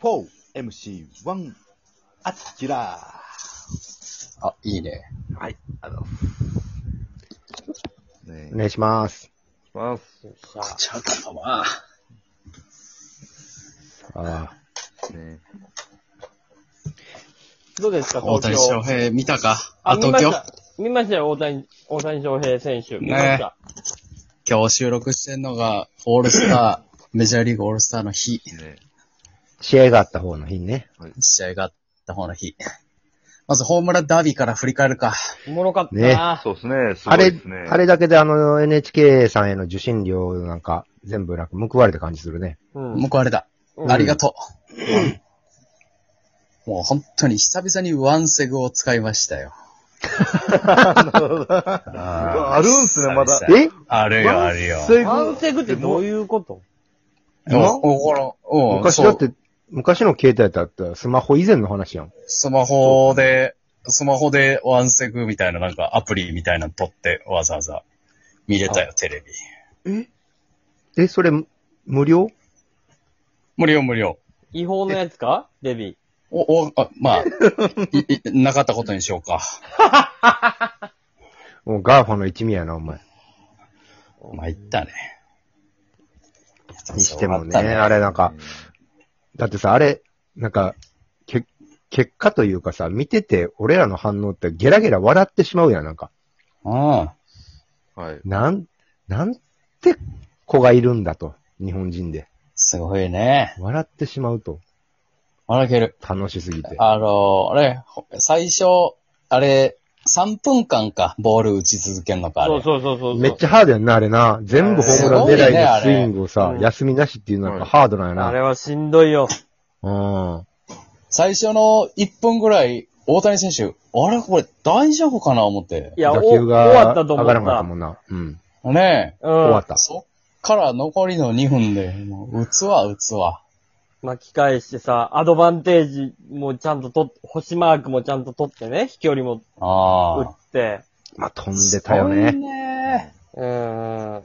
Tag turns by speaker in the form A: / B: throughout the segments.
A: 4MC1、あっちら
B: あ、いいね。
C: はい。あの、
A: ー。ね
D: お願いします。
C: ます。
B: ちゃうかは。あ
A: え、ね
C: どうです
B: あ、
C: か、
B: 大谷
C: 東京
B: 翔。平見たかあ、東京
C: 見ましたよ、大谷、大谷翔平選手。見ました。
B: 今日収録してんのが、オールスター、メジャーリーグオールスターの日、
A: え、ね
D: 試合があった方の日にね。
B: 試合があった方の日。まずホームランダービーから振り返るか。
C: おもろかった
D: ね
C: な、
A: そうですね、すご
D: あ
A: いで
D: れ
A: すね。、
D: あれだけであの NHK さんへの受信料なんか全部なんか報われた感じするね。
C: うん。
B: 報われた。
C: うん
B: ありがとう。もう本当に久々にワンセグを使いましたよ。あ
A: あるんすねまだ
B: 久々
D: え
B: あるよ、あるよ。
C: ワンセグってどう
A: いう
C: いうこと
B: うんおおうん、
D: 昔
B: そ
D: だ
B: う
D: って、昔の携帯だったらスマホ以前の話やん。
B: スマホで、スマホでワンセグみたいな、なんかアプリみたいなの撮って、わざわざ見れたよ、テレビ。
D: え、それ無料
B: 無料無料。
C: 違法のやつかデビ
B: お、お、あま あ、いいなかったことにしようか。
D: もうガーファの一味やな、お前。
B: まあ、いったね。
D: にしても
B: よ
D: ね、
B: かった
D: あれなんか、だってさ、あれ、なんか、け、結果というかさ、見てて俺らの反応ってゲラゲラ笑ってしまうやん、なんか。
B: うん。
A: はい。
D: なん、なんて子がいるんだと。日本人で。
B: すごいね。
D: 笑ってしまうと。
B: 笑ける。
D: 楽しすぎて。
B: あの、あれ、ほ最初、あれ、3分間か、ボール打ち続けんのか、
C: ー。
B: あれ。
C: そうそうそうそう。
D: めっちゃハードやんな、あれな。全部ホームラン狙いのスイングを
C: すごいねあ
D: さ、
C: れ
D: 休みなしっていうのはやっぱハードなんや
C: あれ
D: な。
C: はしんどいよ。
D: うん。
B: 最初の1分ぐらい、大谷選手、あれこれ大丈夫かな思って
C: い。や、
D: 打
C: お
D: 球
C: 終わ
D: が
C: ったと
D: 上
C: 思っ。
D: がらなかったたもんな。うん。
B: ね
C: うん。
D: 終わっ
B: え。
D: た。
B: そっから残りの2分で、もう、打つわ、打つわ。
C: 巻き返してさ、アドバンテージもちゃんと取って、星マークもちゃんと取ってね、飛距離も
B: ああ。
C: 打って。
D: まあ、飛んでたよね。
B: ね。
C: うーん。い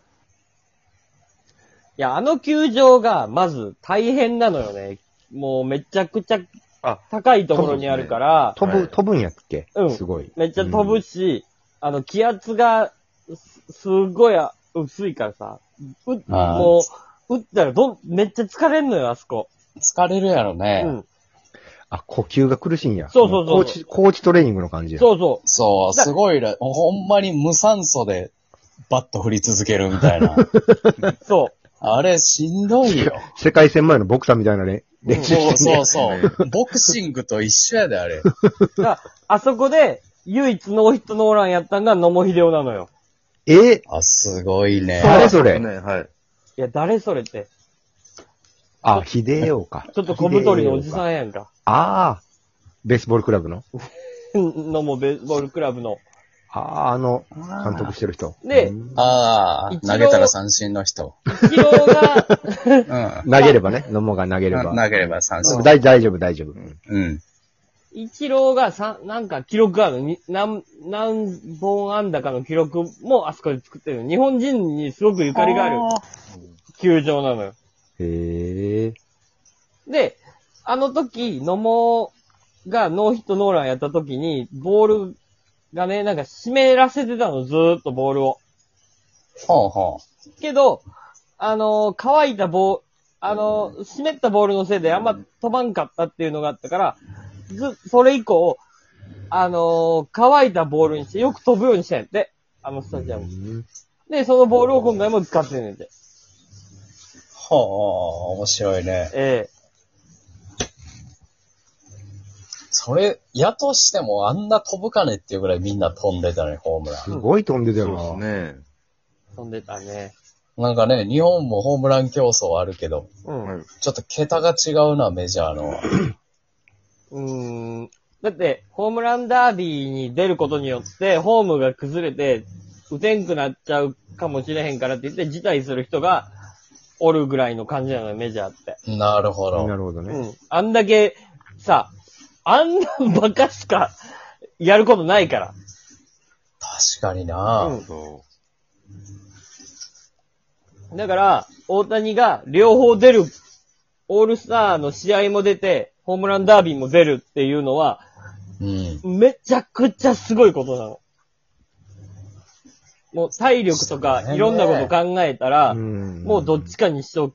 C: や、あの球場が、まず大変なのよね。もうめちゃくちゃ
A: あ
C: 高いところにあるから、
D: 飛
A: はい
D: ぶ、飛ぶんやっけ
C: うん
D: すごい。
C: めっちゃ飛ぶし、あの、気圧がす、すごい薄いからさ、う
B: あー
C: もう、打ったらどん、めっちゃ疲れんのよ、あそこ。
B: 疲れるやろ
C: う
B: ね。
C: ん。
D: あ、呼吸が苦しいんや。
C: そうそうそう
D: コーチ、コーチトレーニングの感じや。
C: そうそ
B: そう、
C: だ
B: すごいら、ほんまに無酸素で、バット振り続けるみたい な。
C: う、そ
B: あれ、しんどいよ。
D: 世界戦前のボクサーみたいなね。練習
B: そう
D: してんね
B: そ
D: や
B: うそう。ボクシングと一緒やで、あれ。
C: う。だからあそこで、唯一ノーヒットノーランやったのが野茂秀夫なのよ。
D: え
B: あ、すごいね。
D: 誰それ
A: ね、はい。
C: いや、誰それって。
D: あ、ヒデオか。
C: ちょっと小太りのおじ
D: ん。
C: さんやんか。
D: ああ。ベースボールクラブの
C: のもベースボールクラブの。
D: ああ、あの、監督してる人。
C: で
D: うん
B: ああ、
C: 一応
B: 投げたら三振の人。
C: 一郎が、
B: うん。投
D: 投げればね、野茂が投
B: げ
D: げれ
B: れ
D: ば。
B: ば三
C: う
B: 振
C: ん。
D: 大大丈夫、大丈夫。
B: うん。
C: 一郎がさ、なんか記録があるのに、何、何本安打かの記録もあそこで作ってるの。日本人にすごくゆかりがある球場なのよ。
D: へえ。
C: で、あの時、野茂がノーヒットノーランやった時に、ボールがね、なんか湿らせてたの、ずーっとボールを。
B: ほうほ
C: けど、あのー乾いたボール、あのー湿ったボールのせいであんま飛ばんかったっていうのがあったから、ず、それ以降、あのー乾いたボールにして、よく飛ぶようにしたんやって。あのスタジアム。で、そのボールを今回も使ってんねんて。
B: う。ほう、面白いね。
C: え
B: それ、やとしてもあんな飛ぶかねっていうぐらいみんな飛んでたね、ホームラン
D: す。ごい飛んでた
A: そう
D: よ
A: です
D: な。
A: ね。
C: え飛んでたね。
B: なんかね、日本もホームラン競争あるけど、
C: う
A: は
C: ん。
A: いう
B: ちょっと桁が違うな、メジャーのは。
C: ーん。だって、ホームランダービーに出ることによって、ホームが崩れて、打てんくなっちゃうかもしれへんからって言って、辞退する人がおるぐらいの感じなのよ、メジャーって。
B: なるほ
D: な
B: ど。
D: るほど
C: う
D: ね。
C: ん。あんだけ、さ、あんなバカしかやることないか
B: 確かに
C: ら。
B: な、
A: そ
C: うん。だから、大谷が両方出るオールスターの試合も出て、ホームランダービーも出るっていうのは、
B: うん。
C: めちゃくちゃすごいことなの。もう体力とかいろんなこと考えたら、も
D: も
C: うどっちかにしと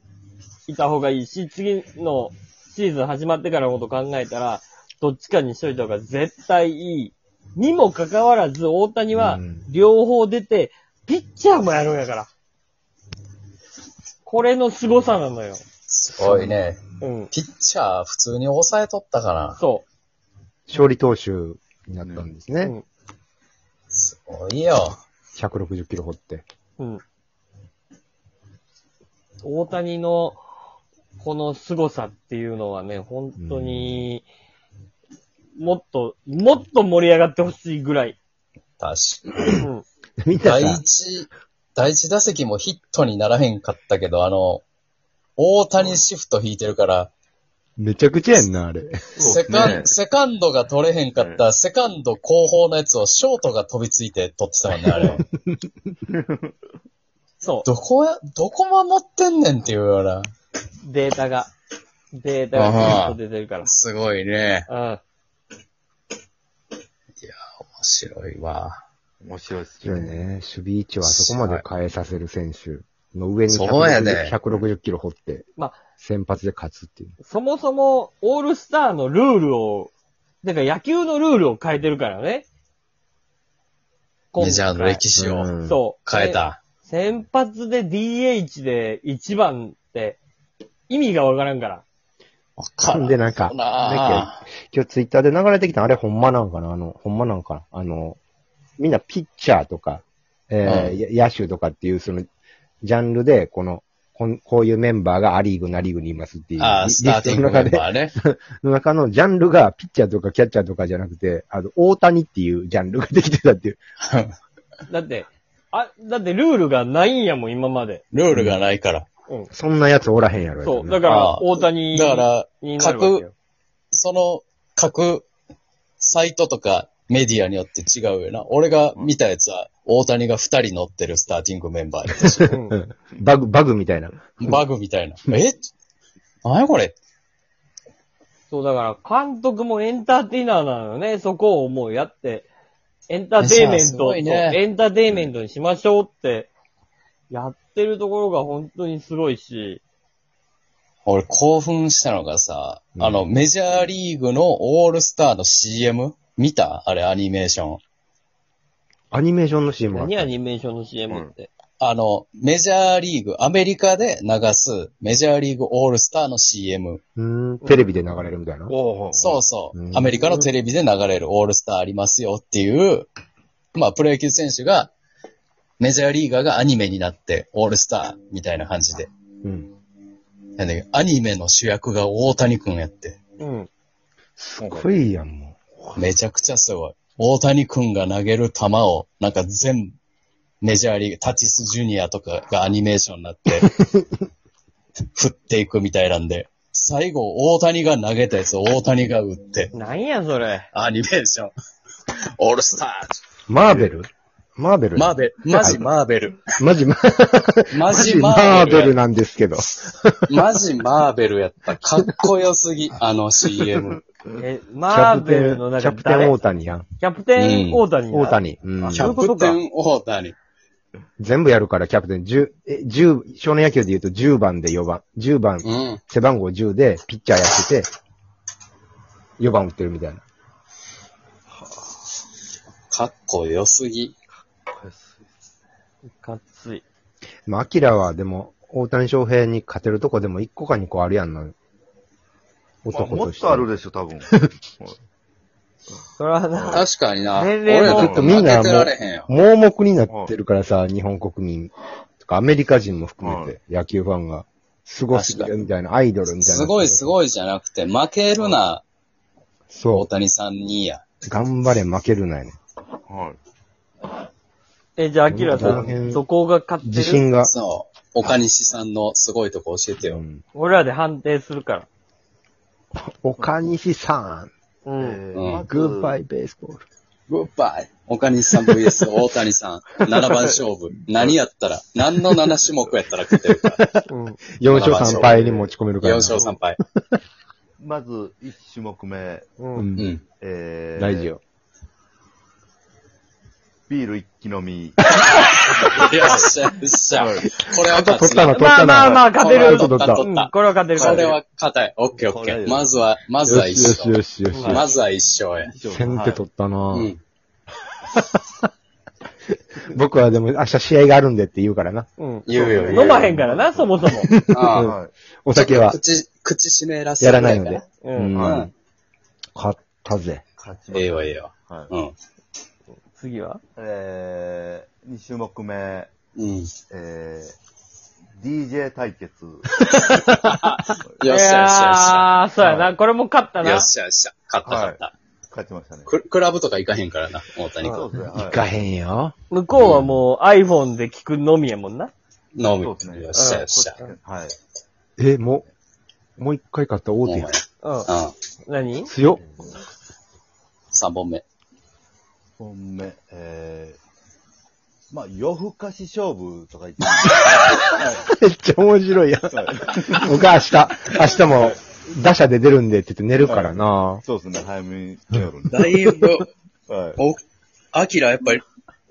C: いた方がいいし、次のシーズン始まってからのこと考えたら、どっちかにしといた方が絶対いい。にもかかわらず、大谷は
D: うん
C: 両方出て、ピッチャーもやるんやから。これの凄さなのよ。
B: すごいね。
C: うん。
B: ピッチャー普通に抑えとったから。
C: そ
D: 勝利投手になったんです
C: う。
D: ね。
C: うん。
B: すごいよ。
D: 160キロ掘って。
C: うん。大谷のこの凄さっていうのはね、本当に、もっと、もっと盛り上がってほしいぐらい。
B: 確かに。
C: うん。
D: みんな
B: 第
D: さ、
B: 一、第一打席もヒットにならへんかったけど、あの、大谷シフト引いてるから、
D: めちゃくちゃやんな、あれ。
B: セカンセカンドが取れへんかった、セカンド後方のやつをショートが飛びついて取ってたもんね、あれ。
C: そ
B: どこや、どこ守ってんねんっていうような。
C: う。データが。データがずっと出てるから。
B: すごいね。
C: うん。
B: 面白いわ。
A: 面白いっす
D: そう
A: ね。
D: ね。守備位置をあそこまで変えさせる選手の上に
B: そうやで
D: 160キロ掘って、
C: まあ
D: 先発で勝つっていう。
C: そもそも、オールスターのルールを、てか野球のルールを変えてるからね。
B: メジャーの歴史を
D: うん
C: そう。
B: 変えた。
C: 先発で DH で1番って意味がわからんから。
B: わか
D: で、なんか、
B: なあ
D: 今日ツイッターで流れてきたあれほんまなんかなあの、ほんまなんかなあの、みんなピッチャーとか、えーや野手とかっていう、その、ジャンルで、この、こんこういうメンバーがアリーグ、ナリーグにいますっていう。
B: ああ、
D: リ
B: スターティング
D: リスト
B: メ
D: の中
B: ン
D: で、
B: バーね。
D: の中のジャンルが、ピッチャーとかキャッチャーとかじゃなくて、あの、大谷っていうジャンルができてたっていう。
C: だって、あ、だってルールがないんやもん、今まで。
B: ルールがないから。
C: うん。
D: そんなやつおらへんやろや
C: そう。だ
D: ら。
C: から
B: あ、ー
C: 大谷に
B: だから、
C: なるわけよ。
B: その、各サイトとかメディアによって違うよな。俺が見たやつは、大谷が二人乗ってるスターティングメンバーやったし
C: うん
D: バグ、バグみたいな。
B: バグみたいな。え何やこれ
C: そう、だから、監督もエンターテイナーなのよね。そこをもうやって、エンターテイメン
B: す
C: ト、
B: ごいね
C: そうエンターテイメントにしましょうって、やってるところが本当にすごいし、
B: 俺興奮したのがさ、
D: うん
B: あの、メジャーリーグのオールスターの CM? 見たあれ、アニメーション。
D: アニメーションの CM があっ
C: 何
D: た
C: アニメーションの CM って。
B: あの、メジャーリーグ、アメリカで流すメジャーリーグオールスターの CM。
D: うーん、テレビで流れるみたいな。
A: おお。
B: そうそうう。
D: ん
B: アメリカのテレビで流れるオールスターありますよっていう、まあ、プロ野球選手が、メジャーリーガーがアニメになって、オールスターみたいな感じで。
D: うん。
B: なんだけどアニメの主役が大谷くんやって。
C: うん。
A: す
D: かっこいいやん、も
B: めちゃくちゃすごい。大谷くんが投げる球を、なんか全部、メジャーリーグ、タティスジュニアとかがアニメーションにな って、振っていくみたいなんで、最後、大谷が投げたやつを大谷が打って、
C: なんや、それ。
B: アニメーション。 オールスタ
D: う。マーベルマーベル
B: ーマーベル。マジマーベル。
D: マジマ
B: マ
D: マ
B: ジ
D: ジ
B: マ
D: マ
B: ー
D: ーベ
B: ベ
D: ル
B: ル。
D: なんですけど。
B: マジマーベルやった。かっこよすぎ、あの CM。
C: え、マーベルの
D: キ
C: 中
D: ャプテンキャプテン
C: 誰
D: 大谷やん。
C: キャプテン大谷な。
D: 大谷。うん
C: あ
B: キ
C: そうい
B: ャ
C: うこと
B: プ
C: か
B: テン大谷。
D: 全部やるから、キャプテン。十、え、十、少年野球で言うと10番で4番。10番、
B: うん。
D: 背番号10でピッチャーやってて、4番打ってるみたいな。
B: かっこよすぎ。
C: かっつい。
D: まあ、アキラはでも、大谷翔平に勝てるとこでも1個か2個あるやんな。
A: まあ
D: 男
A: も
D: と
A: っ
D: して。
A: とあるでしょ、多 分。
C: それはな、
B: 確かにな。
C: 年齢
B: 俺
C: も
B: らだって負けてられへんよ。
D: 盲目になってるからさ、日本国民とかアメリカ人も含めて、野球ファンが、すごすぎるみたいな、アイドルみたいな。
B: すごいす
D: い。
B: ごいじゃなくて、負けるな、大
D: そ
B: 谷さんにや。
D: う。頑張れ、負けるなよね。
A: はい。
C: え、じゃあ、アキラさ
D: この辺
C: ん、そこが勝ってる。
D: 自信が。
B: そう。岡西さんのすごいとこ教えてよ。
D: ん
C: 俺らで判定するから。
D: 岡西さん。
C: うん。
A: えーまず
D: グッバイベースボール。
B: グッバイ。岡西さん VS 大谷さん。7番 勝負。何やったら、何の7種目やったら勝てるか。
D: うん。4勝3敗に持ち込めるから
B: 4
D: な。
B: 勝3敗。
A: まず、一種目目、
D: う。
B: うんん。
A: えー、
D: 大事。よ。
A: ビール一気飲み。
B: よっしゃ、よっしゃ。これは勝
D: 取っ
B: つ
D: た
B: な
D: な、。取っ
C: まあ
D: たな。
C: まあまあ、勝てる。
D: 取った取った
C: うんこれは勝てる
B: これは硬い。オッケーオッケ
A: これ
B: ー。まずは、まずは
D: よし
B: 一
D: よし
B: 勝。
D: よしよし。
B: まずは一勝や。
D: 先手取ったな、
B: うん。
D: 僕はでも明日試合があるんでって言うからな。
C: うん
B: 言うよ、言うよ。
C: 飲まへんからな、そも そも。
A: はい。
B: ああ。
A: はい。
D: お酒は
B: 口、口湿らせ
D: や
B: る
D: ら
B: ぐ
D: な
B: ら
D: い
B: か
D: ので。
C: う
D: うん
C: ん。
B: うん。
D: 勝ったぜ。
A: 勝ちました
B: ええわ、ええわ。
A: はい。
B: うん。
C: 次は
A: えー、2種目目、
B: うん。よ
A: えー、DJ 対決。
B: っしゃ、よっしゃ、よっし
C: ああ、そうやな。これも勝った
B: ゃ。
C: な。
B: よっしゃ、よっしゃ。勝った、勝った。
A: 勝ちま したね。
B: ククラブとか行かへんからな、大谷
A: そう
B: 君。
A: ですね。
D: い
A: は
D: かへんよ。
C: 向こうはもう iPhone で聞くのみやもんな。
B: 飲
A: い。そ
B: む。よ
A: うですね。
B: っしゃ、よっしゃ。
A: うんはい。
D: え、もう、もう一回勝ったら
B: お
D: 大
B: 前。
D: 手
B: う
D: や
B: ん。
D: ん。
C: うん。何
D: 強っ。
B: 3本目。
A: 本目、えー、まあ、夜更かし勝負とか言って。
D: めっちゃ面白いやん。僕は明日、明日も打者で出るんでって言って寝るからな。
A: そうですね。早めにやるんで。
B: だいぶ、
A: はい。
B: お、アキラやっぱり、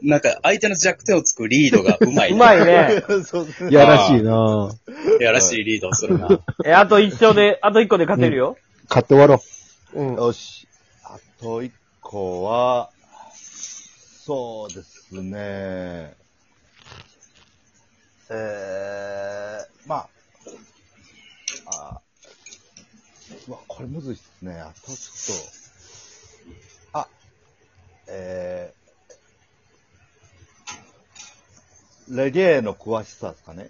B: なんか相手の弱点をつくリードがうまい、
C: うまい。ね。
A: そうです
D: いやらしいな。
B: やらしいリードをするな。
C: え、あと一勝で、あと一個で勝てるよ。
D: 勝って終わろ
C: うん。
A: よし。あと一個は、そうですね。えー、まあ、あーうわ、これむずいっすね。あとちょっと、あ、えー、レゲエの詳しさですかね。